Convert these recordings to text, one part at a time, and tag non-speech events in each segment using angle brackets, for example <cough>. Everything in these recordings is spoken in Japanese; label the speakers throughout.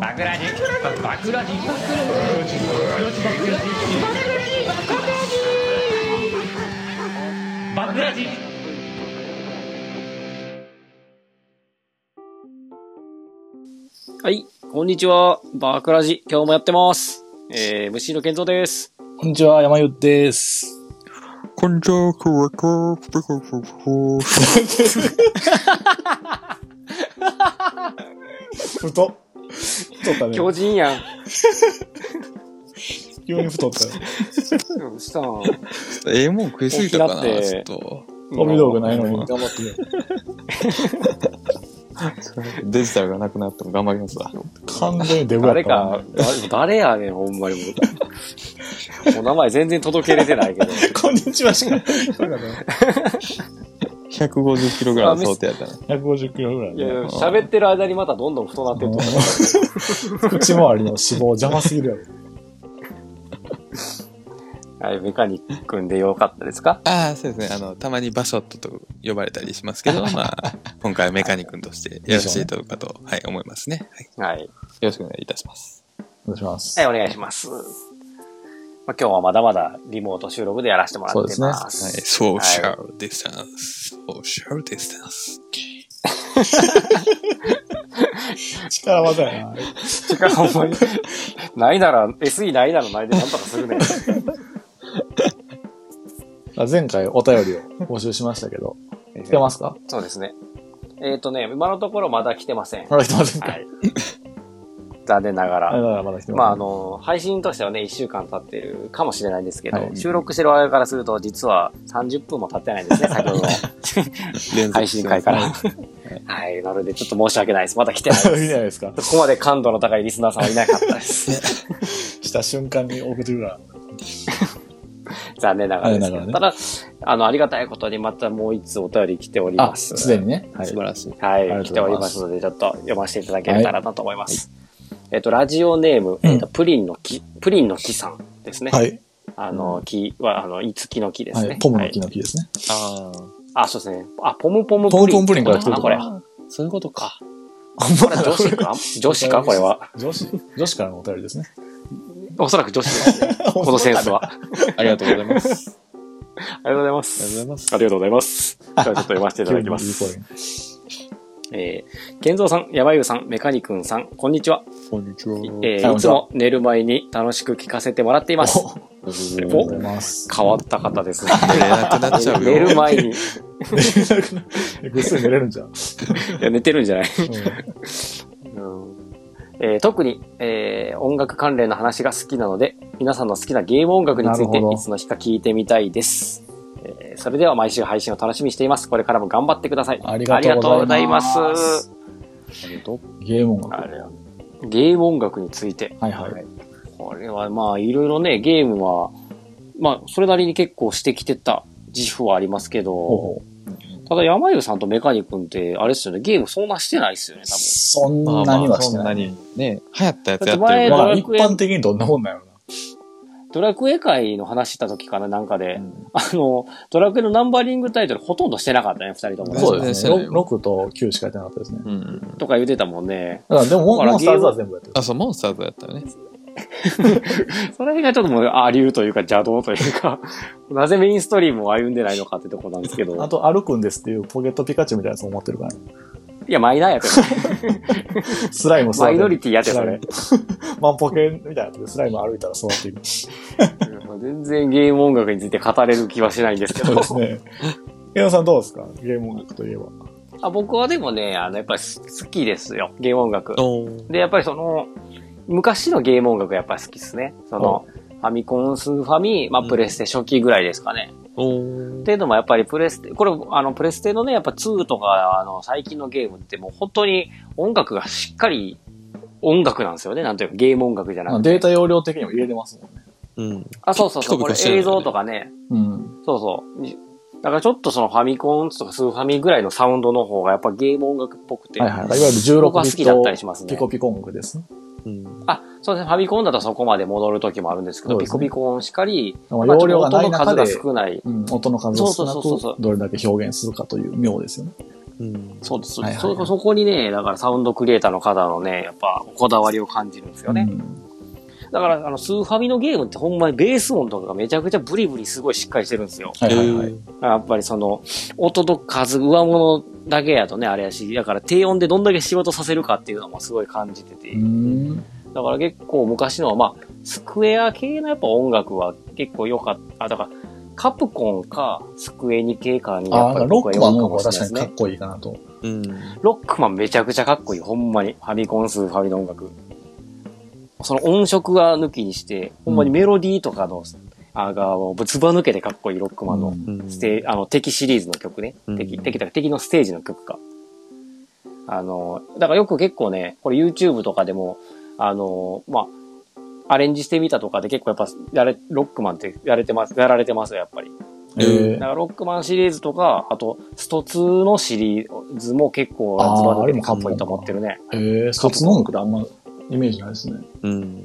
Speaker 1: バクラジバクラジバクラジ
Speaker 2: はい、こんにちは。バクラジ、今日もやってます。えー、MC の健三です。
Speaker 3: こんにちは、山よです。
Speaker 4: こんにちは、クワクプコプコ。
Speaker 3: 太っ。太ったね。
Speaker 2: 巨人 <laughs> やん。
Speaker 3: 急に太ったよ。
Speaker 2: うんしたん。
Speaker 4: ええもん食いすぎたかな、
Speaker 2: 大きなって
Speaker 4: ちょっと。
Speaker 3: 飛び道具ないのに。
Speaker 2: 頑張ってね。
Speaker 4: デジタルがなくなっても頑張りますわ。
Speaker 3: 完全にデブやっ
Speaker 2: 誰
Speaker 3: たな。
Speaker 2: か、誰誰やねん、ほんまにもう。お名前全然届けれてないけど。
Speaker 3: こんに
Speaker 2: <laughs>
Speaker 3: ちはしか。そうだね
Speaker 4: 150キロぐらいの想定やったな。
Speaker 3: 150キロぐらい
Speaker 2: いや
Speaker 3: ね。、
Speaker 2: 喋ってる間にまたどんどん太なってって。
Speaker 3: 口周りの脂肪邪魔すぎるやろ。
Speaker 2: はい、メカニックんでよかったですか
Speaker 4: ああ、そうですね。あの、たまにバショットと呼ばれたりします <laughs> けど、まあ、今回はメカニ君としてやらせていただくかと、はい、思いますね。はい。
Speaker 2: はい。
Speaker 4: よろしくお願いいたします。
Speaker 3: お願いします。
Speaker 2: はい、お願いします。まあ、今日はまだまだリモート収録でやらせてもらってま
Speaker 4: はい、
Speaker 2: す。
Speaker 4: ソーシャルディスタンス。ソーシャルディスタンス。
Speaker 3: 力技やな。
Speaker 2: て <laughs> か、ほんまに。ないなら、SE ないならないでなんとかするね。
Speaker 3: あ前回お便りを募集しましたけど、来てますか
Speaker 2: そう <laughs> ですね。えっ、とね、今のところまだ来てません。
Speaker 3: まだ来てませんか
Speaker 2: は
Speaker 3: はい
Speaker 2: い。残念なが。
Speaker 3: だかららまだ来てません。
Speaker 2: まあ、あ、
Speaker 3: <laughs>
Speaker 2: の、配信としてはね、1週間経ってるかもしれないんですけど、
Speaker 3: はい
Speaker 2: 収録してる我々からすると、実は30分も経ってないん
Speaker 3: <laughs>
Speaker 2: ですね、先ほどの
Speaker 4: 連
Speaker 2: 配信会から。はい。なので、ちょっと申し訳ないです。まだ来てないで
Speaker 3: <laughs> いいじゃ
Speaker 2: す。
Speaker 3: ないですか。
Speaker 2: ここまで感度の高いリスナーさんはいなかったです。
Speaker 3: <laughs> した瞬間に送ってくるから。
Speaker 2: 残念ながらですけど
Speaker 3: 残念な
Speaker 2: ただ、あの、ありがたいことにまたもう一通お便り来ており
Speaker 3: あ、
Speaker 2: ます。
Speaker 3: すでにね。はい
Speaker 4: 素晴。らしい。
Speaker 2: はい、
Speaker 3: ありがとうございます
Speaker 2: 来ておりますので、ちょっと読ませていただけたらなと思います。えっと、ラジオネーム、えっと、プリンの木、プリンの木さんですね。
Speaker 3: はい。
Speaker 2: あの、木は、あの、いつきの木ですね。
Speaker 3: はい。ポムの木
Speaker 2: はい
Speaker 3: の木ですね。
Speaker 4: ああ。
Speaker 2: あ、そうですね。あ、ポムポムプリン。
Speaker 3: ポムポムプリンから来てる
Speaker 2: あ、これ。
Speaker 4: そういうことか。
Speaker 2: これは女子
Speaker 3: <laughs>
Speaker 2: か女子かこれは。。
Speaker 3: 女子女子からのお便りですね。
Speaker 2: おそらく女子ですね。こ
Speaker 3: <laughs>
Speaker 2: のセンスは。あ
Speaker 4: ありがとうございます。
Speaker 2: りがとうございま
Speaker 4: ありがとうござい
Speaker 2: す。
Speaker 4: ます
Speaker 2: あ。りがとうございます。ではちょっと読ませていただきま
Speaker 3: 急に
Speaker 2: す。
Speaker 3: いい声
Speaker 2: えー、健三さん、山優さん、メカニ君さん、こんにちは。
Speaker 4: こんにちは。
Speaker 2: え
Speaker 3: こん
Speaker 2: ー、い
Speaker 3: にち
Speaker 2: つ
Speaker 3: は
Speaker 2: も寝る前に楽しく聞かせてもらっています。
Speaker 3: に
Speaker 2: お
Speaker 3: ありがとうございます。
Speaker 2: 変わった方
Speaker 3: <laughs>
Speaker 2: ですね。
Speaker 4: 寝れなくなっちゃう
Speaker 2: <laughs>
Speaker 4: よ。
Speaker 2: 寝る前に。い
Speaker 3: ぐっすり寝れるんじゃん。
Speaker 2: や、寝てるんじゃない、
Speaker 3: うん
Speaker 2: えー特に、えー音楽関連の話が好きなので、皆さんの好きなゲーム音楽について、
Speaker 3: なるほど
Speaker 2: いつの日か聞いてみたいです。えーそれでは毎週配信を楽しみにしています。これからも頑張ってください。
Speaker 3: ありがとうございます
Speaker 2: ありがとうございます
Speaker 3: ゲーム音楽。
Speaker 2: あれはゲーム音楽について。
Speaker 3: はいはい。
Speaker 2: これはまあ、いろいろね、ゲームは、まあ、それなりに結構してきてた自負はありますけど、
Speaker 3: ほうほう
Speaker 2: ただ山優さんとメカニ君って、あれですよね、ゲームそんなしてないですよね、多分。
Speaker 3: そんなにはしてない。
Speaker 4: に。ね、流行った
Speaker 2: だっ
Speaker 4: やつや
Speaker 2: て
Speaker 4: って
Speaker 2: 前
Speaker 4: る
Speaker 2: の
Speaker 4: か
Speaker 3: ま
Speaker 2: ドラ
Speaker 3: あ一
Speaker 2: クエ
Speaker 3: 般的にどんなもんなんやろ
Speaker 2: ドラクエ会の話した時かな、なんかで、
Speaker 3: な。
Speaker 2: あの、ドラクエのナンバリングタイトルほとんどしてなかったね、二人ともね。
Speaker 3: そう
Speaker 4: 全然
Speaker 3: ですね。
Speaker 4: してないよ
Speaker 3: ろ6と9しかやってなかったですね。
Speaker 4: ら。うん。
Speaker 2: とか言ってたもんね。
Speaker 3: だからでも、
Speaker 2: だ
Speaker 3: モ
Speaker 2: か
Speaker 3: ン
Speaker 2: ら
Speaker 3: モンスターズは全部やってる。
Speaker 4: あ、そう、モンスターズやったよね。
Speaker 2: それがちょっともう、あ流というか邪道というか、 <laughs> なぜメインストリームを歩んでないのかってとこなんですけど。
Speaker 3: あと、歩くんですっていうポケットピカチュウみたいなやつを持ってるからね。
Speaker 2: いや、マイナーやけど、ね、
Speaker 3: スライム育てる
Speaker 2: マイノリティやってそれ。
Speaker 3: <laughs> マンポケみたいなやつでスライム歩いたら育っていく。
Speaker 2: 全然ゲーム音楽について語れる気はしないんですけ
Speaker 3: そう
Speaker 2: ど
Speaker 3: で。す <laughs> ね。江野さんどうですかゲーム音楽といえば。
Speaker 2: あ僕はでもね、あの、やっぱり好きですよ、ゲーム音楽。
Speaker 4: お
Speaker 2: で、やっぱりその、昔のゲーム音楽がやっぱり好きですね。その、ファミコン、スーファミ、まあ、
Speaker 4: うん
Speaker 2: プレステ初期ぐらいですかね。
Speaker 4: お
Speaker 2: っていうのもやっぱりプレステ、これ、あの、プレステのね、やっぱ2とか、あの、最近のゲームってもう本当に音楽がしっかり音楽なんですよね。なんというかゲーム音楽じゃなくて。
Speaker 3: データ容量的にも入れてますもんね。
Speaker 4: うん。
Speaker 2: あ、そうそうそう、
Speaker 4: ピコ
Speaker 2: こ
Speaker 4: ピ
Speaker 2: れ
Speaker 4: コしてる
Speaker 2: 映
Speaker 4: よね
Speaker 2: 像とかね。
Speaker 3: うん。
Speaker 2: そうそうに。だからちょっとそのファミコンとかスーファミぐらいのサウンドの方がやっぱゲーム音楽っぽくて。
Speaker 3: はいはい。いわゆる
Speaker 2: 僕
Speaker 3: 16
Speaker 2: は好
Speaker 3: ビ
Speaker 2: きだったり
Speaker 3: ッ
Speaker 2: します
Speaker 3: ト
Speaker 2: ね。
Speaker 3: ピコピコ音楽ですね。
Speaker 4: うん。
Speaker 2: あ、そうですね。ファミコンだとそこまで戻る時もあるんですけど、
Speaker 3: そうで
Speaker 2: ピ
Speaker 3: す
Speaker 2: コ
Speaker 3: ね
Speaker 2: ピコ音しかり、
Speaker 3: まあ
Speaker 2: まあ
Speaker 3: 容量がない
Speaker 2: ちょっと
Speaker 3: 中
Speaker 2: 音の
Speaker 3: で
Speaker 2: 数が少ない。
Speaker 3: うん、音の数を少な
Speaker 2: そうそうそうそう
Speaker 3: くどれだけ表現するかという妙ですよね。
Speaker 4: うん。
Speaker 2: そうです。
Speaker 3: はいはい
Speaker 2: そそこにね、だからサウンドクリエイターの方のね、やっぱこだわりを感じるんですよね。
Speaker 3: うん
Speaker 2: だから、あの、スーファミのゲームってほんまにベース音とかがめちゃくちゃブリブリすごいしっかりしてるんですよ。
Speaker 3: はいはいはい。
Speaker 2: やっぱりその、音と数、上物だけやとね、あれやし、だから低音でどんだけ仕事させるかっていうのもすごい感じてて。
Speaker 3: うん
Speaker 2: だから結構昔の、まあ、スクエア系のやっぱ音楽は結構良かった。あ、だから、カプコンか、スクエニ系かにやっ
Speaker 3: ああ、
Speaker 2: ぱり
Speaker 3: ロ
Speaker 2: 僕
Speaker 3: ッ
Speaker 2: は
Speaker 3: ク
Speaker 2: 良
Speaker 3: マン
Speaker 2: い
Speaker 3: の
Speaker 2: か
Speaker 3: 方
Speaker 2: も
Speaker 3: が
Speaker 2: しれないですね
Speaker 3: 確かにかっこいいかなと。
Speaker 4: うん。
Speaker 2: ロックマンめちゃくちゃかっこいい。ほんまに。ファミコンスーファミの音楽。その音色は抜きにして、ほんまにメロディーとかの、あが、もうぶつば抜けてかっこいいロックマンの、
Speaker 3: うん
Speaker 4: うん
Speaker 2: ステーあの、敵シリーズの曲ね。
Speaker 4: うん
Speaker 2: 敵、敵だ、敵のステージの曲か。あの、だからよく結構ね、これ YouTube とかでも、あの、まあ、アレンジしてみたとかで結構やっぱ、やれ、ロックマンってやれてます、やられてますよ、やっぱり。
Speaker 4: え
Speaker 2: だ
Speaker 3: え
Speaker 2: からロックマンシリーズとか、あと、スト2のシリーズも結構、
Speaker 3: あー
Speaker 2: ズバ抜けてかっこいいと思ってるね。
Speaker 3: えー、卒の音楽であんまイメージないですね。
Speaker 4: うん。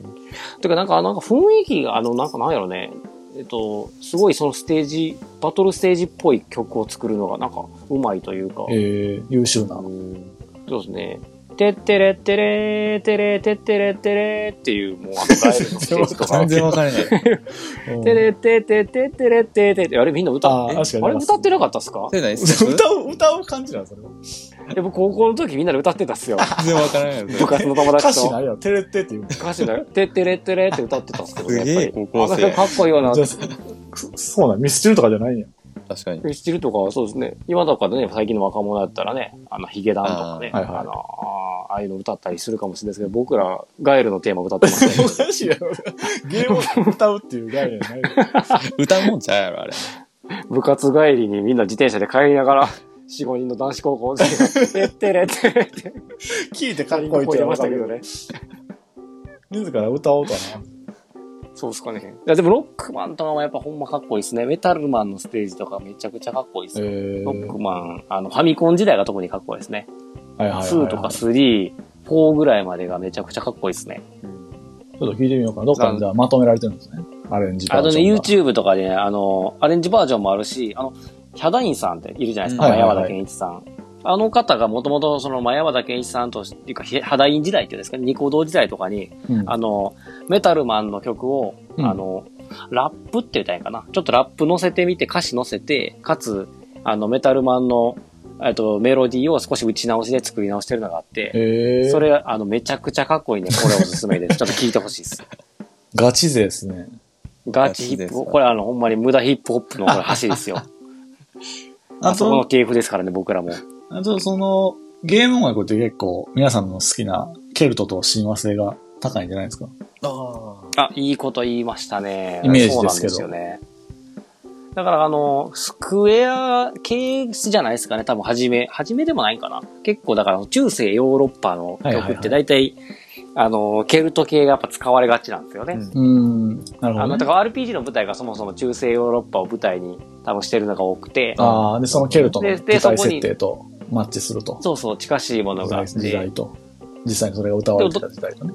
Speaker 2: てかなんか、なんか雰囲気が、あの、なんかなんやろね。えっと、すごいそのステージ、バトルステージっぽい曲を作るのが、なんか、うまいというか。
Speaker 3: ええ優秀な。
Speaker 2: うんそうですね。てってれってれーてれーてってれってれーっていう、もうあのガエルのステージとか
Speaker 3: 全。然わからない。
Speaker 2: <laughs>
Speaker 3: うん
Speaker 2: てれってってってってれってってって、あれみんな歌
Speaker 3: あ
Speaker 2: っ
Speaker 3: あ、
Speaker 2: て。
Speaker 3: 確かに。
Speaker 2: あれ歌ってなかったっすか
Speaker 4: それないです
Speaker 3: そう歌う、歌う感じなんそれは。
Speaker 2: いや僕高校の時みんなで歌ってたっ
Speaker 3: <laughs>
Speaker 2: すよ。
Speaker 4: 全然わからないです
Speaker 2: 部活の友
Speaker 3: 歌
Speaker 2: 達
Speaker 3: 詞
Speaker 2: と
Speaker 3: な。いやん。てれってって言うの。
Speaker 2: 歌詞だよ。てってれってれって歌ってたんですけどね、
Speaker 4: すげえ
Speaker 2: やっぱり。
Speaker 4: 高校生
Speaker 2: あれかっこいいような
Speaker 3: じ。ゃあそそうなん、ミスチルとかじゃないんや。
Speaker 4: 確かに。
Speaker 2: ミスチルとかはそうですね。今とかでね、最近の若者だったらね、あの、ヒゲダンとかね、
Speaker 3: あ
Speaker 2: あ,、
Speaker 3: ーはいはい
Speaker 2: の、あーああいうの歌ったりするかもしれないですけど、僕ら、ガエルのテーマ歌ってましたね。
Speaker 3: おかしいやろ。ゲームを歌うっていう概念ない。
Speaker 4: 歌うもんちゃうやろ、あれ。
Speaker 2: 部活帰りにみんな自転車で帰りながら、4、5人の <laughs> 男子高校生 <laughs> が、てってれってれって、
Speaker 3: 聞いてかっこい
Speaker 2: 声
Speaker 3: いって
Speaker 2: 出
Speaker 3: 言わ
Speaker 2: ま
Speaker 3: れ
Speaker 2: したけど。ね。
Speaker 3: 自ら歌おうとはな。
Speaker 2: そうですかね。いや、でもロックマンとかもやっぱほんまかっこいいですね。メタルマンのステージとかめちゃくちゃかっこいいです
Speaker 3: え
Speaker 2: ね。
Speaker 3: ー
Speaker 2: ロックマン、あの、ファミコン時代が特にかっこいいですね。
Speaker 3: はいはいはいはい
Speaker 2: 2とか3、4ぐらいまでがめちゃくちゃかっこいいですね。
Speaker 3: ちょっと聞いてみようかな。どっかにじゃあまとめられてるんですね。アレンジバ
Speaker 2: あ
Speaker 3: ー
Speaker 2: と
Speaker 3: ジ
Speaker 2: ね、
Speaker 3: ョンが。
Speaker 2: YouTube とかでね、あの、アレンジバージョンもあるし、あの、ヒャダインさんっているじゃないですか、
Speaker 3: うんはいはいはい
Speaker 2: 前山田健一さん。あの方がもともとその前山田健一さんとし、っていうか、ヒャダイン時代っていうんですかね、ニコ動時代とかに、
Speaker 3: うん
Speaker 2: あの、メタルマンの曲を、
Speaker 3: うん
Speaker 2: あの、ラップって言ったらいいんかな。ちょっとラップ乗せてみて、歌詞乗せて、かつ、あの、メタルマンの、えっと、メロディーを少し打ち直しで作り直してるのがあって、
Speaker 3: えー
Speaker 2: それ、あの、めちゃくちゃかっこいいね。これおすすめです。ちょっと聞いてほしいです。
Speaker 3: ガチ勢ですね。
Speaker 2: ガチヒップホップ、これあの、ほんまに無駄ヒップホップのこれ橋ですよ。あ
Speaker 3: <laughs> あ
Speaker 2: そこの
Speaker 3: と、
Speaker 2: 系譜ですからね、僕らも。
Speaker 3: あとその、ゲーム音楽って結構皆さんの好きなケルトと親和性が高いんじゃないですか。
Speaker 4: あ
Speaker 2: あ、いいこと言いましたね。
Speaker 3: イメージですけど
Speaker 2: そうなんですよね。だからあの、スクエア系じゃないですかね、多分初め、初めでもないんかな。結構だから中世ヨーロッパの
Speaker 3: はいはい
Speaker 2: 曲
Speaker 3: は
Speaker 2: って
Speaker 3: い
Speaker 2: 大体、あの、ケルト系がやっぱ使われがちなんですよね。
Speaker 4: うん
Speaker 3: うーん。なる
Speaker 2: あ
Speaker 3: ほど、
Speaker 2: の、だ
Speaker 3: ね。
Speaker 2: から RPG の舞台がそもそも中世ヨーロッパを舞台に多分してるのが多くて、
Speaker 3: ああ、で、そのケルトの
Speaker 2: で
Speaker 3: 舞
Speaker 2: で
Speaker 3: 台
Speaker 2: そこに
Speaker 3: 設定とマッチすると。
Speaker 2: そうそう、近しいもの
Speaker 3: 時
Speaker 2: があ
Speaker 3: 代
Speaker 2: って。
Speaker 3: 時代と。実際にそれが歌われてた時代とね。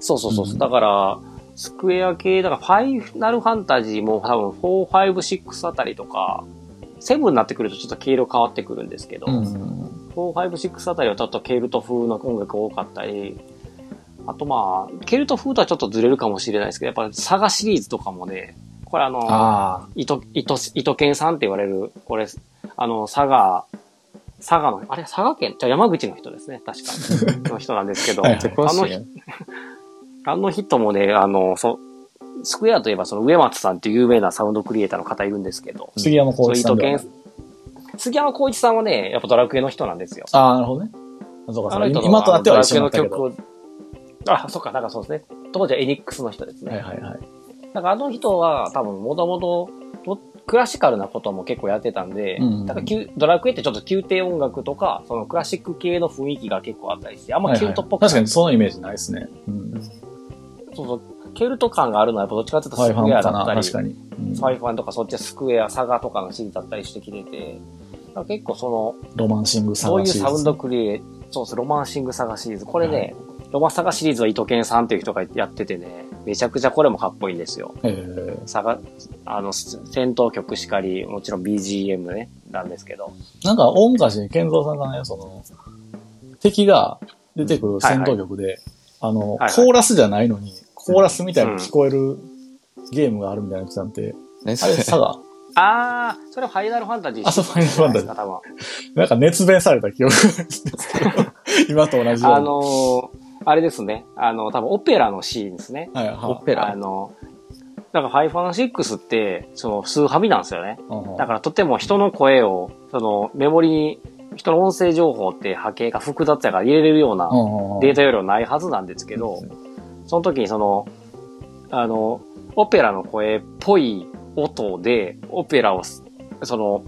Speaker 2: そうそうそう。
Speaker 3: うん
Speaker 2: だから、スクエア系、だから、ファイナルファンタジーも多分、4、5、6あたりとか、7になってくるとちょっと毛色変わってくるんですけど、
Speaker 3: うん。
Speaker 2: 4、5、6あたりはちょっとケルト風の音楽多かったり、あとまあ、ケルト風とはちょっとずれるかもしれないですけど、やっぱりサガシリーズとかもね、これあの、
Speaker 3: あ
Speaker 2: イト、イト、イトケンさんって言われる、これ、あの、佐賀、佐賀の、あれ、佐賀県じゃあ山口の人ですね、確か。
Speaker 3: <laughs>
Speaker 2: の人なんですけど、
Speaker 3: あ。はいはい。
Speaker 4: あ。
Speaker 2: あのあの人もね、あの、そ、スクエアといえばその上松さんっていう有名なサウンドクリエイターの方いるんですけど、
Speaker 3: 杉山浩一さん
Speaker 2: そ
Speaker 3: で
Speaker 2: う伊
Speaker 3: は。
Speaker 2: 藤健杉山浩一さんはね、やっぱドラクエの人なんですよ。
Speaker 3: ああ、なるほどね。そうか、
Speaker 2: あ
Speaker 3: そう
Speaker 2: の人
Speaker 3: か。
Speaker 2: の
Speaker 3: 今となっては一緒
Speaker 2: あ
Speaker 3: だ
Speaker 2: の
Speaker 3: っ
Speaker 2: ドラク
Speaker 3: たけ
Speaker 2: エ
Speaker 3: ど。は
Speaker 2: の曲を、あ、そっか、なんかそうですね。当時はエニックスの人ですね。
Speaker 3: いはいはい。
Speaker 2: だからあの人は多分もともとクラシカルなことも結構やってたんで、
Speaker 3: うんうん
Speaker 2: だから旧ドラクエってちょっと宮廷音楽とか、そのクラシック系の雰囲気が結構あったりして、あんま
Speaker 3: はい
Speaker 2: キ
Speaker 3: は
Speaker 2: ュ
Speaker 3: い
Speaker 2: ートっぽくない
Speaker 3: 確かにそのイメージないですね。うん。
Speaker 2: そうそう、ケルト感があるのはやっぱどっちかっていうと
Speaker 3: ファ
Speaker 2: ス
Speaker 3: イファ
Speaker 2: クエ
Speaker 3: ン
Speaker 2: ア
Speaker 3: か
Speaker 2: だ
Speaker 3: な、
Speaker 2: ったり
Speaker 3: 確、かに。うん
Speaker 2: サイファンとかそっちはスクエア、サガとかのシリーズだったりしてきてて、だから結構その、
Speaker 3: ロマンシングサ
Speaker 2: そう
Speaker 3: ガ
Speaker 2: いう
Speaker 3: シリ
Speaker 2: サ
Speaker 3: ー
Speaker 2: ウン
Speaker 3: ズ
Speaker 2: ド。クリエそうです、ロマンシングサガシリーズ。これね、ロマンサガシリーズは糸健さんっていう人がやっててね、めちゃくちゃこれもかっこいいんですよ。
Speaker 3: えー、
Speaker 2: サガ、あの、戦闘曲しかり、もちろん BGM ね、なんですけど。
Speaker 3: なんか、大昔に健三さんがね、その、敵が出てくる戦闘曲で、あの、
Speaker 2: はいはい
Speaker 3: コーラスじゃないのに、コーラスみたいに聞こえるゲームがあるみたいなやつなんて、
Speaker 4: 何
Speaker 3: あ
Speaker 4: そ
Speaker 3: れ、
Speaker 4: れ
Speaker 3: 佐賀、
Speaker 2: あー、それファイナルファンタジー。
Speaker 3: あそうファイナルファンタジー
Speaker 2: ー。多分
Speaker 3: なんか熱弁された記憶があるんですけど、今と同じように。
Speaker 2: あのーあれですね。あの、多分オペラのシーンですね。
Speaker 3: はい、
Speaker 4: オ
Speaker 3: は
Speaker 4: ペラ
Speaker 2: あの、だからファイファンシックスって、その、数ハミなんですよね。
Speaker 3: い。
Speaker 2: だからとても人の声を、その、メモリに、人の音声情報って波形が複雑やから入れれるようなデータ容量ないはずなんですけど、その時にその、あの、オペラの声っぽい音で、オペラをす、その、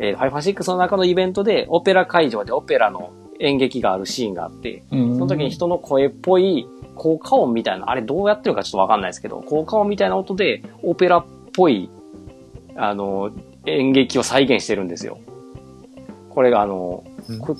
Speaker 2: えー、ファイファンシックスの中のイベントで、オペラ会場でオペラの演劇があるシーンがあって、
Speaker 3: うんうんうん、
Speaker 2: その時に人の声っぽい効果音みたいな、あれどうやってるかちょっとわかんないですけど、効果音みたいな音でオペラっぽい、あの、演劇を再現してるんですよ。これがあの
Speaker 4: うん、
Speaker 2: こ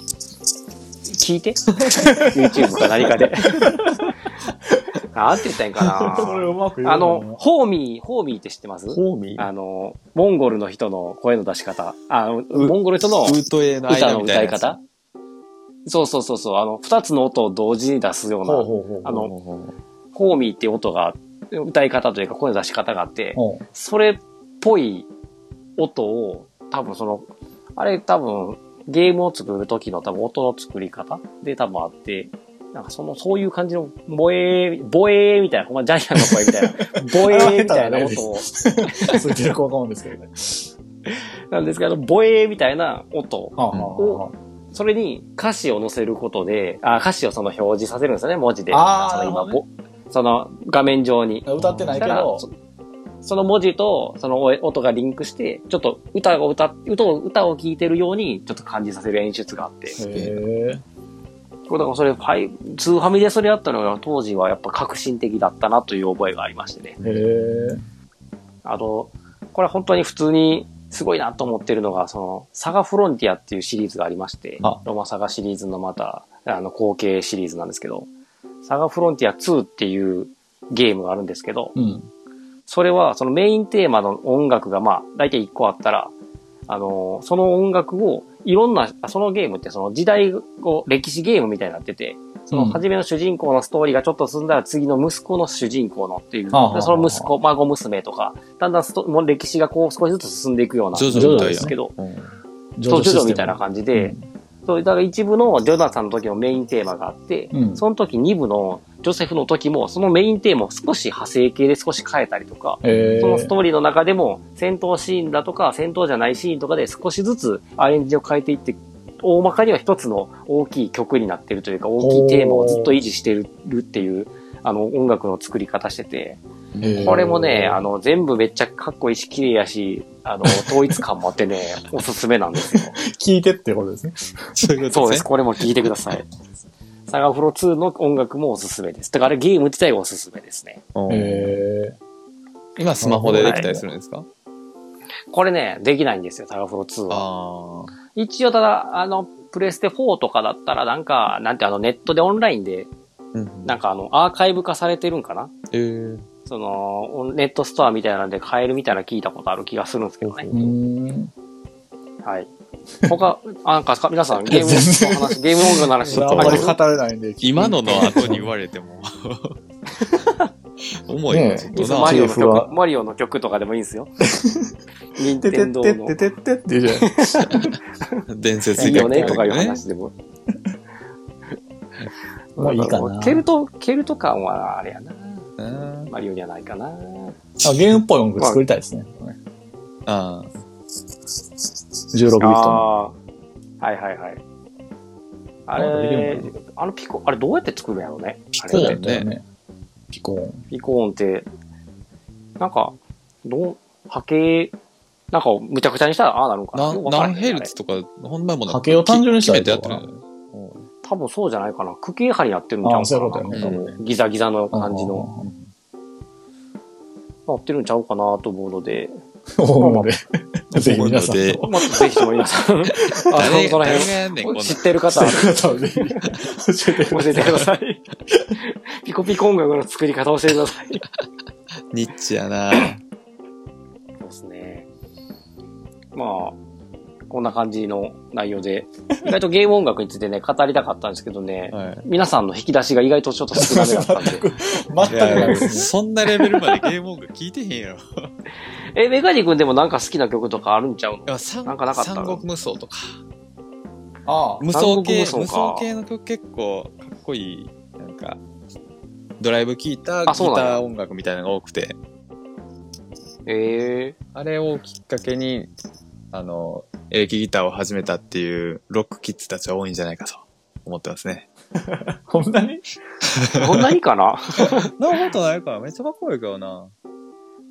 Speaker 2: 聞いて <laughs> ?YouTube か何かで。 <laughs> なんて言ったらいいん
Speaker 3: それ
Speaker 2: か
Speaker 3: うまく言う
Speaker 2: な。
Speaker 3: な
Speaker 2: あの、、ホーミー、ホーミーって知ってます
Speaker 4: ホーミー
Speaker 2: あの、モンゴルの人の声の出し方。あの、モンゴルの人の
Speaker 4: ウートエの
Speaker 2: 歌
Speaker 4: 間
Speaker 2: の
Speaker 4: みた
Speaker 2: 歌
Speaker 4: い
Speaker 2: い
Speaker 4: なやつ。
Speaker 2: 方そうそうそうそう。あの、二つの音を同時に出すような、
Speaker 3: ほうほうほう。
Speaker 2: あの、
Speaker 4: ほうほう
Speaker 2: ホーミーっていう音が、歌い方というか声の出し方があって、
Speaker 3: ほ
Speaker 2: それっぽい音を、多分その、あれ多分、ゲームを作る時の多分音の作り方で多分あって、なんかその、そういう感じの、ボエー、ボエーみたいな、ほんまジャイアンの声みたいな、ボ
Speaker 4: <laughs>
Speaker 2: エーみたいな音を、
Speaker 3: う。そう言ってる効果音ですけどね。
Speaker 2: なんですけど、ボエーみたいな音
Speaker 3: はあはあは
Speaker 2: それに歌詞を載せることで、あ歌詞をその表示させるんですよね、文字で。
Speaker 3: あー
Speaker 2: その
Speaker 3: なるほ
Speaker 2: ぼその画面上に。
Speaker 3: あ歌ってないけ
Speaker 2: だから
Speaker 3: ど、
Speaker 2: そその文字とそのお音がリンクして、ちょっと歌を歌っ、歌を、歌を聴いてるように、ちょっと感じさせる演出があって。
Speaker 3: へえ。
Speaker 2: これだからそれ、ファイ、ツーハミでそれやったのが当時はやっぱ革新的だったなという覚えがありましてね。
Speaker 3: へえ。
Speaker 2: あの、これは本当に普通にすごいなと思ってるのが、その、サガフロンティアっていうシリーズがありまして
Speaker 3: あ、
Speaker 2: ロマサガシリーズのまた、あの、後継シリーズなんですけど、サガフロンティア2っていうゲームがあるんですけど、
Speaker 3: うん。
Speaker 2: それはそのメインテーマの音楽がまあ、大体1個あったら、あの、その音楽を、いろんな、あそのゲームってその時代を歴史ゲームみたいになってて、
Speaker 3: そ
Speaker 2: その初めの主人公のストーリーがちょっと進んだら次の息子の主人公のっていう、
Speaker 3: ああ
Speaker 2: でその息子、孫娘とか、だんだんストもう歴史がこう少しずつ進んでいくような
Speaker 4: 徐
Speaker 3: 々みたいな
Speaker 2: ですけど、
Speaker 4: うん
Speaker 2: そう徐々みたいな感じで、そう、だから一部のジョナサンの時のメインテーマがあって、
Speaker 3: うん
Speaker 2: その時二部のジョセフの時もそのメインテーマを少し派生系で少し変えたりとか、
Speaker 3: じ。へえ。
Speaker 2: そのストーリーの中でも戦闘シーンだとか戦闘じゃないシーンとかで少しずつアレンジを変えていって、大まかには一つの大きい曲になってるというか、大きいテーマをずっと維持してるっていう、あの、音楽の作り方してて、
Speaker 3: へー
Speaker 2: これもね、あの、全部めっちゃかっこいいし、綺麗やし、あの、統一感もあって
Speaker 3: <laughs>
Speaker 2: ね、おすすめなんですよ。
Speaker 3: 聞いてってことですね。
Speaker 4: そういうこ
Speaker 2: そ
Speaker 4: と
Speaker 2: うで
Speaker 4: です
Speaker 2: す。
Speaker 4: ね。
Speaker 2: これも聴いてください。サガフロ2の音楽もおすすめです。だからあれゲーム自体がおすすめですね。
Speaker 4: うん
Speaker 3: へ
Speaker 4: 今スマホでできたりするんですか
Speaker 2: これね、できないんですよ、サガフロ2は。
Speaker 4: ああ。
Speaker 2: 一応ただ、あの、プレステ4とかだったら、なんか、なんてあの、ネットでオンラインで、
Speaker 4: うん
Speaker 2: なんかあの、アーカイブ化されてるんかな
Speaker 4: えー
Speaker 2: その、オンネットストアみたいなんで買えるみたいなの聞いたことある気がするんですけどね
Speaker 3: え。。うーん。
Speaker 2: はい。他、あなんかか、皆
Speaker 3: <laughs>
Speaker 2: さん、ゲーム
Speaker 3: 全
Speaker 2: の話、ゲーム音楽の話
Speaker 3: それあんま
Speaker 2: あ
Speaker 3: り
Speaker 2: ります
Speaker 3: 語れないんで。
Speaker 4: 今のの後に言われても。重い
Speaker 3: ね
Speaker 4: な、
Speaker 3: え
Speaker 4: ちょっ
Speaker 2: いい
Speaker 4: と
Speaker 2: ですよマリオの
Speaker 3: TF は
Speaker 2: 曲、マリオの曲とかでもいいんです
Speaker 3: <laughs>
Speaker 2: よ。任
Speaker 3: てて
Speaker 2: 天
Speaker 3: っ
Speaker 2: 堂
Speaker 3: てっ
Speaker 2: の
Speaker 3: てってってって言うじゃない
Speaker 4: な。伝説
Speaker 2: いい
Speaker 4: 的
Speaker 2: よねとかいう
Speaker 4: ね
Speaker 2: 話でも。
Speaker 3: もういいかな。
Speaker 2: ケルト、ケルト感はあれやな。
Speaker 4: うん
Speaker 2: マリオにはないかな。
Speaker 3: あゲームっぽい音楽作りたいですね。
Speaker 4: あー
Speaker 3: 16ビットの。
Speaker 2: ああーはいはいはい。あ
Speaker 3: なん
Speaker 2: れ
Speaker 3: かできる、
Speaker 2: あのピコ、あれどうやって作るんやろうね。
Speaker 4: ピコ
Speaker 2: あれ
Speaker 4: ー
Speaker 2: ね
Speaker 4: ンね。
Speaker 3: ピコーン。
Speaker 2: ピコーンって、なんか、どう、波形、なんかむちゃくちゃにしたらああなるのかな。
Speaker 4: な
Speaker 2: よくわからん
Speaker 4: 何
Speaker 2: ね
Speaker 4: ヘルツとか、ほんまもな
Speaker 3: 波形を単純にしたらいい
Speaker 4: 決
Speaker 3: の
Speaker 4: めてや
Speaker 3: か
Speaker 4: っ
Speaker 3: な
Speaker 4: てるのうん
Speaker 2: あれ多分そうじゃないかな。区形波になってるんちゃう
Speaker 3: あ
Speaker 2: か
Speaker 3: あ、
Speaker 2: な。
Speaker 3: そういうことやね。多分ね
Speaker 2: ギザギザの
Speaker 3: あー
Speaker 2: 感じの、。なってるんちゃうかなと思うので、
Speaker 3: 思うので、
Speaker 4: <laughs>
Speaker 3: ぜひ
Speaker 4: 思う
Speaker 3: 皆
Speaker 4: の
Speaker 3: さん
Speaker 4: で
Speaker 3: と、
Speaker 2: もっとぜひとも皆さ
Speaker 4: <laughs>
Speaker 2: ん、あ
Speaker 4: 誰
Speaker 2: の、その
Speaker 4: 誰が
Speaker 2: 辺、
Speaker 4: やんねん、こんなん
Speaker 2: 知ってる方
Speaker 3: そう
Speaker 2: は
Speaker 3: いう方をぜひ教えてく
Speaker 2: 教
Speaker 3: だ
Speaker 2: えて
Speaker 3: さい
Speaker 2: く。ださ
Speaker 4: <laughs>
Speaker 2: い。ピコピコ音楽の作り方教えてください。
Speaker 4: ニッチやな
Speaker 2: そうですね。まあ、こんな感じの内容で、 <laughs> 意外とゲーム音楽についてね、語りたかったんですけどね、
Speaker 4: はい。
Speaker 2: 皆さんの引き出しが意外とちょっと少なめだったん
Speaker 4: <laughs>
Speaker 2: で。
Speaker 3: 全く
Speaker 4: いや
Speaker 3: ないいで
Speaker 4: や
Speaker 3: すね。
Speaker 4: そんなレベルまでゲーム音楽聞いてへんやろ。
Speaker 2: え、メガニ君でもなんか好きな曲とかあるんちゃうの
Speaker 4: いや三
Speaker 2: なんかなかった
Speaker 4: 三国無双とか。
Speaker 3: あ
Speaker 4: 無双系、無
Speaker 2: 三国無双か
Speaker 4: 双系の曲結構かっこいい、なんか、ドライブ聴いたギタ
Speaker 2: あそうなんや
Speaker 4: ー音楽みたいなのが多くて、
Speaker 2: ええ
Speaker 4: あれをきっかけに、あの、エレキギターを始めたっていうロックキッズたちは多いんじゃないかと思ってますね。
Speaker 3: あ、こんなに
Speaker 4: <laughs>
Speaker 2: こんなにかな
Speaker 4: なことないから、めっちゃかっこいいからな。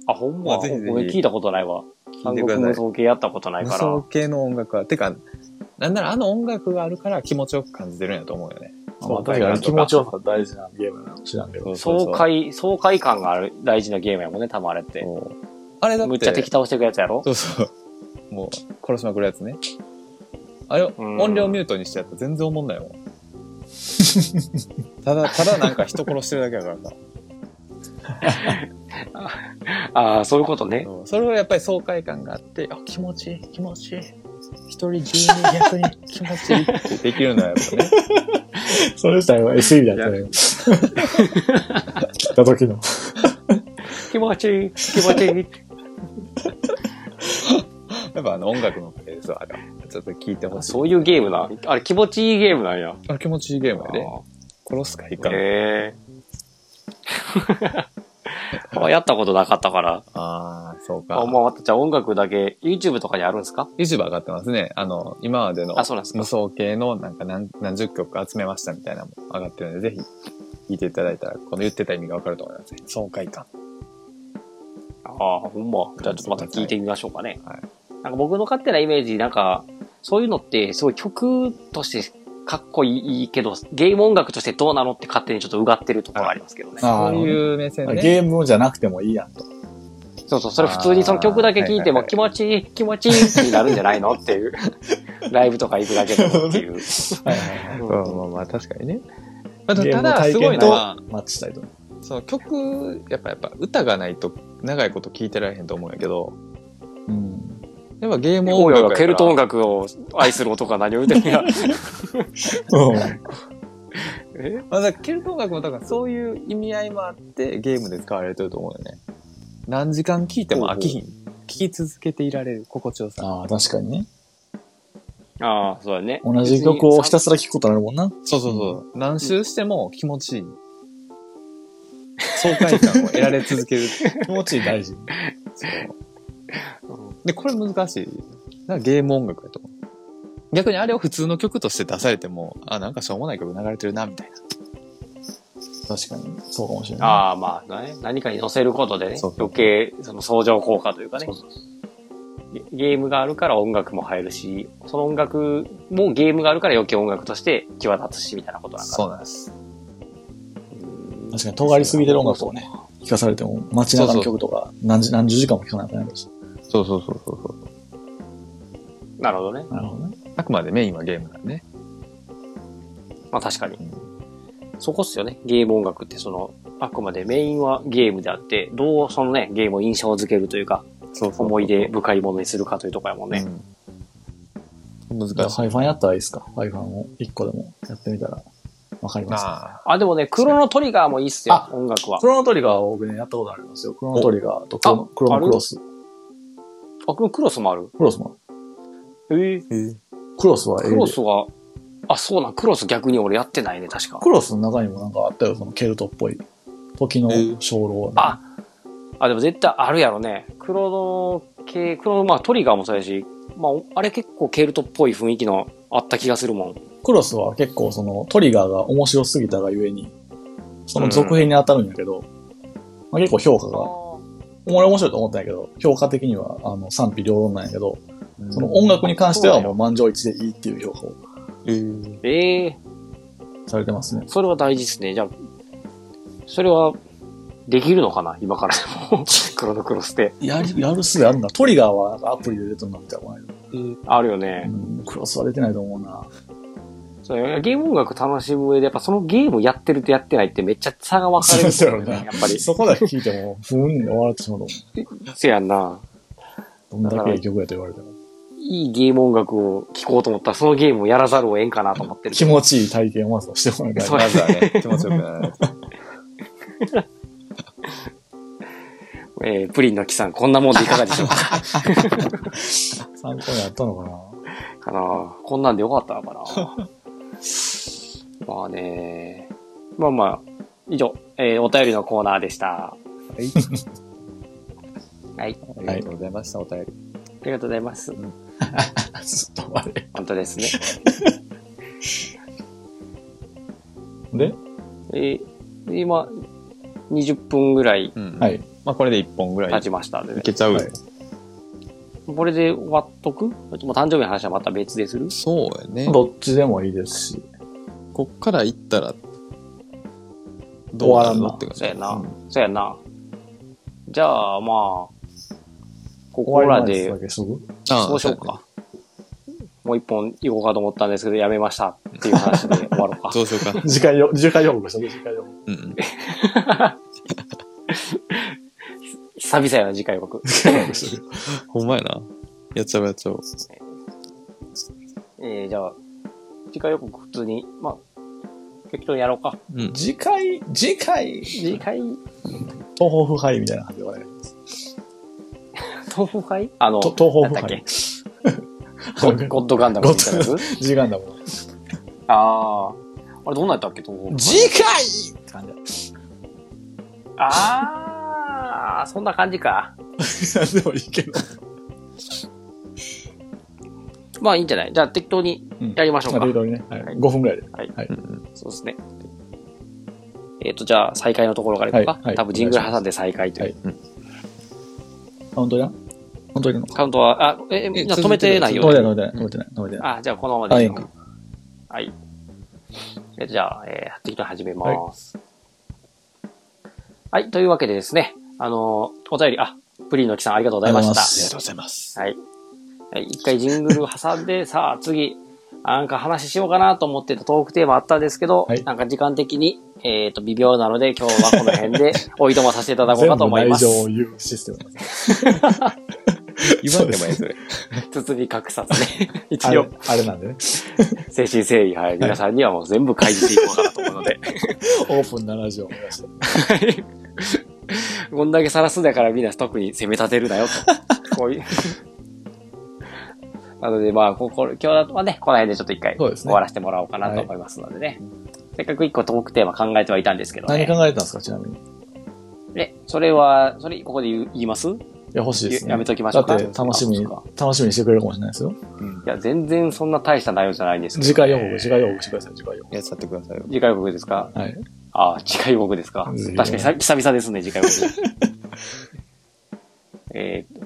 Speaker 2: あ、ほんま。
Speaker 4: まあぜひぜひ
Speaker 2: ごめん聞いたことないわ。
Speaker 4: 聞い
Speaker 2: 韓
Speaker 4: て
Speaker 2: 国
Speaker 4: ください
Speaker 2: 無双系やったことない
Speaker 4: 無
Speaker 2: か
Speaker 4: 双
Speaker 2: ら。
Speaker 4: 系の音楽は、てか、なんならあの音楽があるから気持ちよく感じてるんやと思うよね。
Speaker 3: まあ、確かに気持ちよさ大事なゲームなの知らんけど。
Speaker 2: 爽快、爽快感がある大事なゲームやもんね、たまれって。
Speaker 4: あれだって、
Speaker 2: むっちゃ敵倒していくやつやろ
Speaker 4: そうそう。もう、殺しまくるやつね。あれ、
Speaker 2: うん
Speaker 4: 音量ミュートにしてやったら全然おもんない <laughs> もん。ただ、ただなんか人殺してるだけやからさ。
Speaker 2: ああ、そういうことね。
Speaker 4: そうそれはやっぱり爽快感があって、あ、気持ちいい、気持ちいい。一人10人逆に気持ちいいってできるのはやっぱ <laughs> ね。
Speaker 3: <laughs> それ自体は SE だったね。
Speaker 4: <laughs>
Speaker 3: <laughs> 切った時の。
Speaker 2: 気持ちいい、気持ちいい。
Speaker 4: やっぱあの音楽のおかげですわ、あれはちょっと聞いてほしい。
Speaker 2: そういうゲームな。あれ気持ちいいゲームなんや。
Speaker 4: あれ気持ちいいゲームやで。
Speaker 2: あ
Speaker 4: 殺すかいい
Speaker 2: ー
Speaker 4: か。
Speaker 2: へえ。あやったことなかったから。
Speaker 4: ああ、そうか
Speaker 2: あ、。まあ、じゃあ音楽だけ YouTube とかにあるんですか
Speaker 4: YouTube 上がってますね。あの、今までの
Speaker 2: あ、そうなんです
Speaker 4: 無
Speaker 2: か。
Speaker 4: 双系のなんか何何十曲集めましたみたいなのも上がってるので、ぜひ聞いていただいたら、この言ってた意味がわかると思いますね。爽快感。
Speaker 2: ああ、ほんま。じゃあちょっとまた聞いてみましょうかね。
Speaker 4: はい
Speaker 2: なんか僕の勝手なイメージ、なんか、そういうのって、すごい曲としてかっこいいけど、ゲーム音楽としてどうなのって勝手にちょっとうがってるところがありますけどね。
Speaker 3: あ
Speaker 4: そ
Speaker 3: ー
Speaker 4: ういう目線で、
Speaker 3: ゲームじゃなくてもいいやんと。
Speaker 2: そうそう、それ普通にその曲だけ聴いて
Speaker 4: あ
Speaker 2: も
Speaker 4: ー
Speaker 2: 気持ちいい、気持ちいいってなるんじゃないのっていう。ライブとか行くだけでもっていう。
Speaker 3: はいはいはい。
Speaker 4: まあまあまあ確かにね。まあ、
Speaker 3: ゲー
Speaker 4: た
Speaker 3: ムの
Speaker 4: だ、
Speaker 3: 体
Speaker 4: すごい
Speaker 3: 験
Speaker 4: の
Speaker 3: と
Speaker 4: は、
Speaker 3: マッチしたいと思う。
Speaker 4: その曲、やっぱやっぱ歌がないと長いこと聞いてられへんと思うんやけど、
Speaker 3: うん。
Speaker 4: やっぱゲーム
Speaker 2: オ
Speaker 4: 音
Speaker 2: ー
Speaker 4: 楽
Speaker 2: ヤ
Speaker 4: や
Speaker 2: が
Speaker 4: から。
Speaker 2: ケルト音楽を愛する男が何を言ってんや。
Speaker 3: うん。
Speaker 2: え
Speaker 4: まあだからケルト音楽もだからそういう意味合いもあってゲームで使われてると思うよね。何時間聴いても飽きひん。聴き続けていられる心地よさ。
Speaker 3: ああ、確かにね。
Speaker 2: ああ、そうだね。
Speaker 3: 同じ曲をひたすら聴くことになるもんな。
Speaker 4: そうそうそう。何周しても気持ちいい。爽快感を得られ続ける。
Speaker 3: 気持ちいい大事。
Speaker 4: そう <laughs> で、これ難しい。なんかゲーム音楽やと思う。逆にあれを普通の曲として出されても、あ、なんかしょうもない曲流れてるな、みたい
Speaker 3: 確かに。そうかもしれない。
Speaker 2: ああ、まあ、ね、何かに乗せることでね
Speaker 4: そう、そう
Speaker 2: 余計、その相乗効果というかね。ゲゲームがあるから音楽も入るし、その音楽もゲームがあるから余計音楽として際立つし、みたいなこと
Speaker 4: な。
Speaker 2: なんか
Speaker 4: うなんです。
Speaker 3: 確かに、尖りすぎてる音楽をね、聴かされても、街中の曲とか、何十、何十時間も聴かないとなるし。
Speaker 4: そうそうそうそうそう。
Speaker 2: な。なるほどね。
Speaker 3: なるほどね。
Speaker 4: あくまでメインはゲームなんでね。
Speaker 2: まあ確かに。そこっすよね。ゲーム音楽って、その、あくまでメインはゲームであって、どうそのね、ゲームを印象付けるというか、
Speaker 4: そうそうそう
Speaker 2: 思い出深いものにするかというところやもんね。
Speaker 4: うん難しい。
Speaker 3: ハイファンやったらいいですかハイファンを一個でもやってみたら、わかります。
Speaker 4: あ
Speaker 2: あ、でもね、クロノトリガーもいいっすよ
Speaker 3: あ、
Speaker 2: 音楽は
Speaker 3: ク。ロノトリガーを僕ね、やったことありますよ。クロノトリガーとクロノクロ
Speaker 2: あ
Speaker 3: ノクロス。
Speaker 2: あ、クロクロスもある
Speaker 3: クロスもあ
Speaker 2: え
Speaker 4: あ。
Speaker 3: る。クロスはえ
Speaker 2: ク
Speaker 3: えで
Speaker 2: ロスは、あ、そうなん、クロス逆に俺やってないね、確か。
Speaker 3: クロスの中にもなんかあったよ、そのケルトっぽい。時の鐘楼、
Speaker 2: あ、あ、でも絶対あるやろね。クロノ系、クロノ、まあトリガーもそうやし、まあ、あれ結構ケルトっぽい雰囲気のあった気がするもん。
Speaker 3: クロスは結構そのトリガーが面白すぎたがゆえに、その続編に当たるんやけど、まあ、結構評価が、俺面白いと思ったんやけど、評価的にはあの賛否両論なんやけど、その音楽に関してはもう満場一致でいいっていう評価を
Speaker 4: えー
Speaker 2: ええ
Speaker 3: されてますね。
Speaker 2: それは大事ですね。じゃあ、それは、できるのかな今からでも。 <laughs> クロノクロスって。
Speaker 3: やる、やるすぐあるな。トリガーはなんかアプリで出てるなみたいな。
Speaker 2: あるよ
Speaker 3: う
Speaker 2: ね。
Speaker 3: ん、クロスは出てないと思うな。
Speaker 2: そうゲーム音楽楽しむ上で、やっぱそのゲームやってるとやってないってめっちゃ差が分かれるんだよね。やっぱり。
Speaker 3: そこだけ聞いても、ふーんに終わってしまうと思
Speaker 2: せやんな。
Speaker 3: う。どんだけいい曲やと言われても。
Speaker 2: いいゲーム音楽を聴こうと思ったら、そのゲームをやらざるをえんかなと思ってる。
Speaker 3: 気持ちいい体験をまずはしてもらいたい
Speaker 2: そう
Speaker 3: な。
Speaker 4: まずはね、気持ちよくならないと。
Speaker 2: えー、プリンの木さん、こんなもんでいかがでしょうか
Speaker 3: 参考になったの
Speaker 2: か
Speaker 3: かな。
Speaker 2: なあこんなんでよかったのかな <laughs> まあね。まあまあ、以上、えー、お便りのコーナーでした。はい。
Speaker 4: ありがとうございました、お便り。
Speaker 2: ありがとうございます。
Speaker 3: ちょっとあれ。
Speaker 2: 本当ですね。
Speaker 3: で、
Speaker 2: えー今、20分ぐらい
Speaker 4: うん
Speaker 3: はい。
Speaker 4: まあ、これで1本ぐら
Speaker 2: 経
Speaker 4: い
Speaker 2: ちましたんで
Speaker 4: い
Speaker 2: ね。
Speaker 4: けちゃう。
Speaker 3: はい
Speaker 2: これで終わっとくもう誕生日の話はまた別でする
Speaker 4: そうやね。
Speaker 3: どっちでもいいですし。
Speaker 4: こっから行ったら、どうなるのって感じ。
Speaker 2: そうやな。
Speaker 4: ん
Speaker 2: そうやな。じゃあ、まあ、ここらで
Speaker 3: 終わりの挨拶だけしとく
Speaker 4: ああ
Speaker 2: そうしようか。もう一本行こうかと思ったんですけど、やめましたっていう話で <laughs> 終わろうか。
Speaker 4: そうやねどうしようか。
Speaker 3: 次回よ、次回予告しとく次回予告。
Speaker 4: うん <laughs> うん。
Speaker 2: 久々やな、次回 <laughs> 僕。
Speaker 3: 次回予告しとく
Speaker 4: ほんまやな。やっちゃおうやっちゃおう。
Speaker 2: えー、じゃあ、次回予告普通に、まあ、適当にやろうか。
Speaker 4: うん。
Speaker 3: 次回、次回、
Speaker 2: 次回、
Speaker 3: 東方腐敗みたいな感じでお願いします。
Speaker 2: 東宝杯あの、
Speaker 3: と東方
Speaker 2: なん
Speaker 3: 腐
Speaker 2: だっけ
Speaker 3: 敗。
Speaker 2: <laughs> ゴッゴッドガンダムみたいなやつ
Speaker 3: ゴ次回だもん。
Speaker 2: ああ。あれ、どんなんやったっけ、東宝杯。
Speaker 3: 次回って感じ
Speaker 2: ああ、そんな感じか。
Speaker 3: だ。でもいいけど。
Speaker 2: まあいいんじゃないじゃあ適当に <laughs> やりましょうか。
Speaker 3: あルードにね、はい
Speaker 2: はい
Speaker 3: 5分ぐらいで。
Speaker 2: そうですね。えっ、と、じゃあ、再開のところからいこうか。
Speaker 3: はいはい
Speaker 2: 多分、ジングル挟んで再開という。
Speaker 3: はいカウントや本当に
Speaker 2: カウントは、あ、え、みんな止めてない
Speaker 3: 止
Speaker 2: よ
Speaker 3: め
Speaker 2: ね
Speaker 3: て。ない、止めてない、止めてない、止めてない。
Speaker 2: あ、じゃあ、このまま
Speaker 3: あ、
Speaker 2: でい
Speaker 3: いい
Speaker 2: い
Speaker 3: ん
Speaker 2: の
Speaker 3: か
Speaker 2: か。。はい。えーじゃあ、えー、適当に始めます、はい。というわけでですね、あのーお便り、あ、プリンの木さんありがとうございまし
Speaker 3: ありがとうございま
Speaker 2: た
Speaker 3: す。
Speaker 4: ありがとうございます。
Speaker 2: はい。はい一回ジングル挟んで、さあ次、なんか話しようかなと思ってたトークテーマあったんですけど、
Speaker 3: はい
Speaker 2: なんか時間的に、えっ、と、微妙なので今日はこの辺
Speaker 3: <laughs>
Speaker 2: でおいとまさせていただこう
Speaker 3: 全
Speaker 2: か
Speaker 3: 部
Speaker 2: と思い
Speaker 3: 内
Speaker 2: ます。
Speaker 3: 情を言うシステムなんですね
Speaker 4: 言わんでもええ、それ。
Speaker 2: 包み隠さずね。 <laughs>
Speaker 3: あ
Speaker 2: 一
Speaker 3: れ
Speaker 2: 応、
Speaker 3: あれ
Speaker 2: <laughs>
Speaker 3: なんでね。
Speaker 2: 精神誠意、はい。皆さんにはもう全部開示していこうかなと思うので。
Speaker 3: オープンなラジオを目指して。
Speaker 2: こんだけ晒すんだからみんな特に攻め立てるなよと。
Speaker 3: <laughs>
Speaker 2: こう <laughs> いう。なので、まあ、ここ、今日だとはね、この辺でちょっと一回
Speaker 3: そう
Speaker 2: 終
Speaker 3: ですね
Speaker 2: わらせてもらおうかなと思いますのでね。せっかく一個トークテーマ考えてはいたんですけど
Speaker 3: 何
Speaker 2: ね。
Speaker 3: 考えてたんですか、ちなみに。い
Speaker 2: え、それは、それ、ここで言う言います
Speaker 3: や、欲しいですね。
Speaker 2: ややめときましょうか
Speaker 3: だって、楽しみに、
Speaker 2: あそう
Speaker 3: 楽しみにしてくれるかもしれないですよ。
Speaker 2: いや、全然そんな大した内容じゃないんですけど、
Speaker 3: 次回予告、次回予告してください、次回予
Speaker 4: やっちゃってくださいよ。
Speaker 2: 次回予告ですか
Speaker 3: 告。はい。
Speaker 2: ああ、次回予告ですか。
Speaker 3: ぜひ
Speaker 2: 確かにさ久々ですね、次
Speaker 3: <laughs>
Speaker 2: 回予告。えー、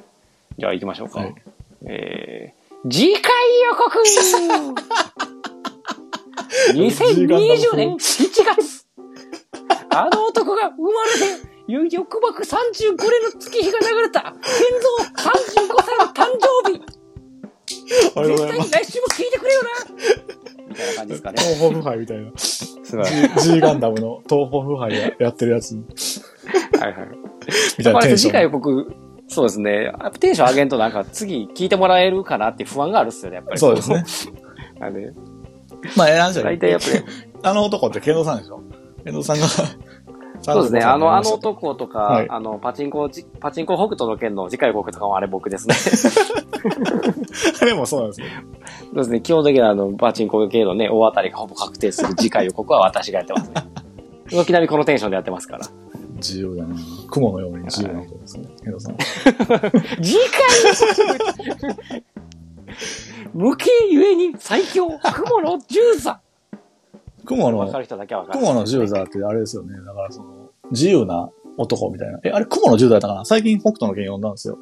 Speaker 2: じゃあ行きましょうか。
Speaker 3: はい
Speaker 2: えー、次回予
Speaker 3: <laughs>
Speaker 2: 告 !2020 年7月あの男が生まれて、欲爆35年の月日が流れた、健三35歳の誕生日
Speaker 3: ありがと
Speaker 2: 絶
Speaker 3: うござ
Speaker 2: 対
Speaker 3: いま
Speaker 2: に
Speaker 3: す。
Speaker 2: 来週も聞いてくれよなみたいな感じですかね。
Speaker 3: 東方腐敗み <laughs> たいな。
Speaker 4: すごい。
Speaker 3: G ガンダムの東方腐敗ややってるやつみ
Speaker 2: はいはい。
Speaker 3: たい
Speaker 2: ま
Speaker 3: な
Speaker 2: あ
Speaker 3: テンシ
Speaker 2: 次
Speaker 3: ョ
Speaker 2: 回
Speaker 3: ン。
Speaker 2: 僕、そうですね。アップテンション上げんとなんか次聞いてもらえるかなって不安があるっすよね、やっぱり。
Speaker 3: そうですね。
Speaker 2: <laughs> なんで、
Speaker 3: まあ、ええ話
Speaker 2: 大体やっぱり、
Speaker 3: あの男ってケンドさんでしょケンドさんが。
Speaker 2: <laughs> そうですね。あの、あの
Speaker 3: 男
Speaker 2: 男とか、
Speaker 3: はい
Speaker 2: あの、パチンコ、じパチンコ北斗の剣の次回僕とかもあれ僕ですね。
Speaker 3: <laughs>
Speaker 2: <laughs>
Speaker 3: でもそうなんですよ。
Speaker 2: そうですね。基本的にはあの、パチンコ系のね、大当たりがほぼ確定する次回予告は私がやって
Speaker 3: <laughs>
Speaker 2: ますね。動き並みこのテンションでやってますから。
Speaker 3: 自由だな。雲のように自由な男ですね。ケンドさん。
Speaker 2: 次回の告知無形ゆえに最強、雲の十座。
Speaker 3: 雲
Speaker 2: わか
Speaker 3: の、
Speaker 2: る人だけはわかる。
Speaker 3: 雲の十座ってあれですよね。だからその、自由な男みたいな。え、あれ雲の十座だったかな最近北斗の拳読んだんですよ。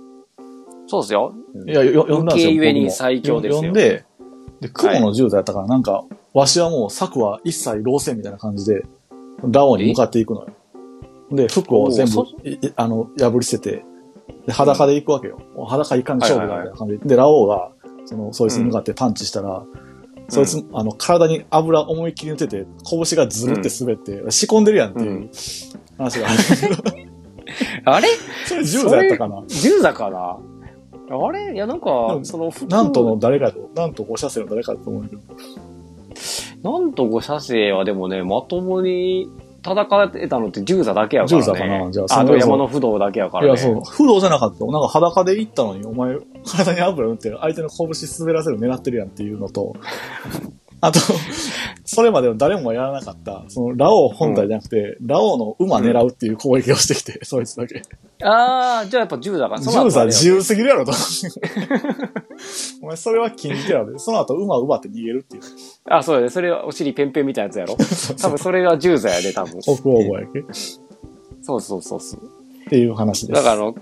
Speaker 2: そうですよ。
Speaker 3: いや、よ読んだんですよ。
Speaker 2: 無形ゆえに
Speaker 3: 僕も
Speaker 2: 最強ですよ
Speaker 3: 読んで、で、雲の十座やったからなんか、わしはもう策は一切老せんみたいな感じで、ラオウに向かっていくのよ。で、服を全部
Speaker 2: おーそ、
Speaker 3: いいあの、破り捨てて、で裸で行くわけよ。裸いかん勝負だみたいな感じで。で、ラオウが、その、そいつに向かってパンチしたら、そいつ、あの、体に油思いっきり塗ってて、拳がズルって滑って、仕込んでるやんっていう話がある。
Speaker 2: <laughs> あれ
Speaker 3: <laughs> それ10代やったかな
Speaker 2: 銃だからあれいや、なんか
Speaker 3: う、ん
Speaker 2: その、服
Speaker 3: なんとの、誰かと、なんと5車線の誰かだと思うんだけど。
Speaker 2: なんとご射精はでもね、まともに戦ってたのって銃座だけやからね。
Speaker 3: 銃座かなじゃあ
Speaker 2: あ
Speaker 3: そ
Speaker 2: の
Speaker 3: の
Speaker 2: 山の不動だけやから
Speaker 3: い
Speaker 2: ね。
Speaker 3: や、そう。不動じゃなかった。なんか裸で行ったのに、お前、体に油塗って、相手の拳滑らせる狙ってるやんっていう
Speaker 2: <laughs>
Speaker 3: のと、あと、それまでは誰もやらなかった、その、ラオウ本体じゃなくて、ラオウの馬狙うっていう攻撃をしてきて、そいつだけ。
Speaker 2: ああ、じゃあやっぱ銃座か。その後
Speaker 3: 銃座
Speaker 2: あれや
Speaker 3: 自由すぎるやろと。 <laughs> お前、それは禁じ手やろ。その後、馬奪って逃げるっていう。
Speaker 2: あ、そうだね。それはお尻ペンペンみたいなやつや
Speaker 3: <laughs>
Speaker 2: ろ。多分それが銃座やで、多分。
Speaker 3: 北欧語やけ。っ
Speaker 2: そうそうそうそう。
Speaker 3: ていう話です。
Speaker 2: だからあの、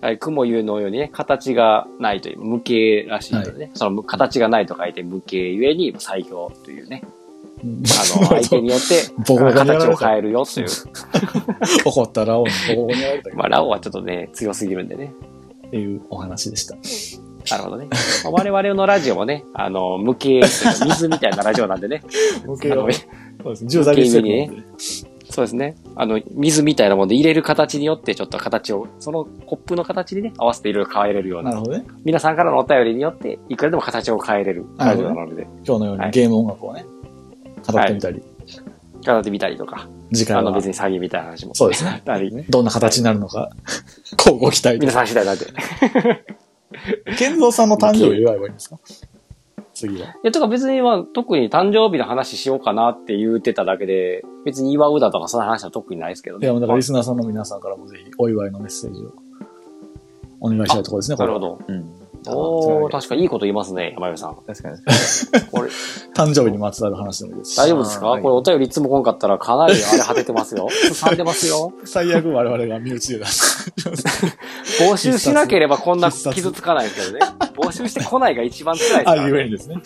Speaker 2: はい、雲言うのようにね、形がないという、無形らしいのでね、その形がないと書いて無形ゆえに、最強というね、
Speaker 3: うん、 <laughs>
Speaker 2: あの、相手によって、
Speaker 3: ボコボコにやられ
Speaker 2: 形
Speaker 3: た
Speaker 2: を変えるよという。
Speaker 3: 怒ったラオウにボコボコにやられたけど
Speaker 2: まあ、ラオウはちょっとね、強すぎるんでね。
Speaker 3: っていうお話でした。
Speaker 2: <laughs> なるほどね。まあ我々のラジオもね、 <laughs> あの、無形というか、水みたいなラジオなんで
Speaker 3: <laughs>
Speaker 2: ね、
Speaker 3: 無
Speaker 2: あ
Speaker 3: 形
Speaker 2: の
Speaker 3: を、そうですね。銃座にしてるので。
Speaker 2: そうですね。あの、水みたいなもんで入れる形によって、ちょっと形を、そのコップの形にね、合わせていろいろ変えれるよう
Speaker 3: な
Speaker 2: な、
Speaker 3: るほどね。
Speaker 2: 皆さんからのお便りによって、いくらでも形を変えれるラジオなので、
Speaker 3: 今日のよう
Speaker 2: は
Speaker 3: に
Speaker 2: い
Speaker 3: ゲーム音楽をね、語ってみたり、
Speaker 2: 飾ってみたりとか、
Speaker 3: 次
Speaker 2: あ
Speaker 3: 回
Speaker 2: の
Speaker 3: は
Speaker 2: 別に詐欺みたいな話も。
Speaker 3: そうですね
Speaker 2: あり
Speaker 3: どんな形になるのか、 <laughs> こうご期待で
Speaker 2: 皆。さん次第なんで。い
Speaker 3: 健三さんの誕生日を祝えばいいんですか次は。
Speaker 2: や、とか別にまあ、特に誕生日の話しようかなって言ってただけで、別に祝うだとかそんな話は特にないですけど
Speaker 3: い
Speaker 2: ね。
Speaker 3: や、だから
Speaker 2: ま
Speaker 3: リスナーさんの皆さんからもぜひお祝いのメッセージをお願いしたいところですね、
Speaker 2: あな
Speaker 3: こ
Speaker 2: る
Speaker 3: れ
Speaker 2: ほ
Speaker 3: は。
Speaker 2: ど。
Speaker 4: うん。
Speaker 2: おー、確かにいいこと言いますね、山上さん。
Speaker 4: 確かに。
Speaker 2: これ、
Speaker 3: 誕生日にまつわる話でもいいです
Speaker 2: 大
Speaker 3: し。
Speaker 2: 丈夫ですか
Speaker 4: あーはい
Speaker 2: これお便りいつも来んかったらかなりあれ果ててます
Speaker 3: <laughs>
Speaker 2: よ。すさんでますよ。
Speaker 3: 最悪我々が身内で出す。
Speaker 2: 募集しなければこんな
Speaker 3: 必殺
Speaker 2: 傷つかないですけどね。募集してこないが一番辛いです
Speaker 3: あ
Speaker 2: か
Speaker 3: あ
Speaker 2: ら、
Speaker 3: いう
Speaker 2: ね。
Speaker 3: えにですね。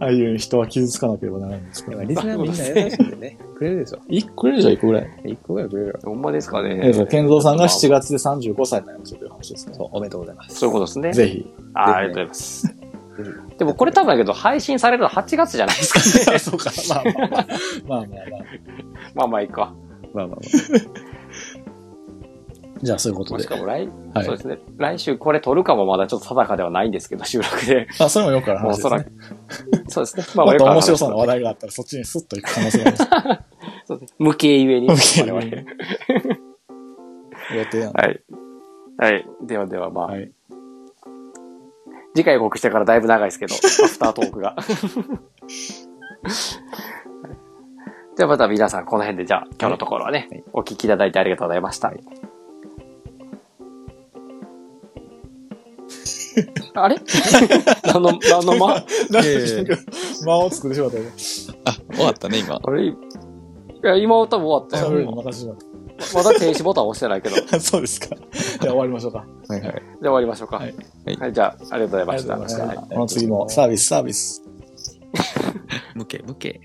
Speaker 3: ああいうえに人は傷つかなければならないんですから。
Speaker 4: リスナーみんな優しいん <laughs> でね。くれるでしょ。
Speaker 3: 1個ぐらいじゃ1個ぐらい。
Speaker 4: 一個ぐらいくれるよ。
Speaker 2: ほんまですか
Speaker 3: え
Speaker 2: ね。
Speaker 3: そう、健三さんが7月で35歳になりましたという話ですから
Speaker 4: そう、おめでとうございます。
Speaker 2: そういうことですね。
Speaker 3: ぜひ。
Speaker 2: あーあり
Speaker 4: ぜ
Speaker 2: がとうござい
Speaker 4: ひ
Speaker 2: ます。でもこれ多分だけど、配信されるの8月じゃない
Speaker 3: <laughs>
Speaker 2: ですかね。
Speaker 3: あ <laughs> そうか。まあまあまあ。まあまあまあ。
Speaker 2: まあまあいいか。
Speaker 4: まあまあま
Speaker 3: じゃあそういうこと
Speaker 2: も
Speaker 3: で
Speaker 2: し。かも来、
Speaker 3: はい
Speaker 2: そうですね。来週これ撮るかもまだちょっと定かではないんですけど、収録で。
Speaker 3: あ、それもよくある
Speaker 2: もうお
Speaker 3: 話で
Speaker 2: そ
Speaker 3: す
Speaker 2: ら
Speaker 3: ね
Speaker 2: く。。そうですね。ま
Speaker 3: もっと
Speaker 2: よくある
Speaker 3: 面
Speaker 2: 話
Speaker 3: 白そうな話題があったらそっちにスッと行く可能性があ <laughs> ります。
Speaker 2: そうですね無形ゆえに。
Speaker 3: 無形 <laughs> ゆえに
Speaker 2: 我々
Speaker 3: 予定やん。
Speaker 2: はい。はい。ではでは、まあ、
Speaker 3: はい。
Speaker 2: 次回予告してからだいぶ長いですけ
Speaker 3: <laughs>
Speaker 2: ど、アフタートークが。ではまた皆さん、この辺でじゃあ、今日のところはね、お聞きいただいてありがとうございま
Speaker 3: <laughs>
Speaker 2: した。あ
Speaker 3: <laughs>
Speaker 2: れ何の、何の <laughs> 間
Speaker 3: <laughs> なん
Speaker 4: いやいやい
Speaker 3: か間を作ってしまったよね。
Speaker 4: あ。あ、終わったね、今。
Speaker 2: あれいや、今多分終わった
Speaker 3: 喋る
Speaker 2: よ。
Speaker 3: の任せてしまっ
Speaker 2: まだ停止ボタン押してないけど。じゃ
Speaker 3: た。 <laughs> そうですか。じゃあ終わりましょうか。
Speaker 4: はいはい。
Speaker 2: あ終わりましょうか。は
Speaker 3: はいい。
Speaker 2: じゃあ、ありがとうござい
Speaker 3: あ
Speaker 2: ま
Speaker 3: りが
Speaker 2: し
Speaker 3: とう
Speaker 2: た
Speaker 3: ご。ざいました。
Speaker 4: はい
Speaker 3: この次もサービス、サービス。
Speaker 4: 無形、無形。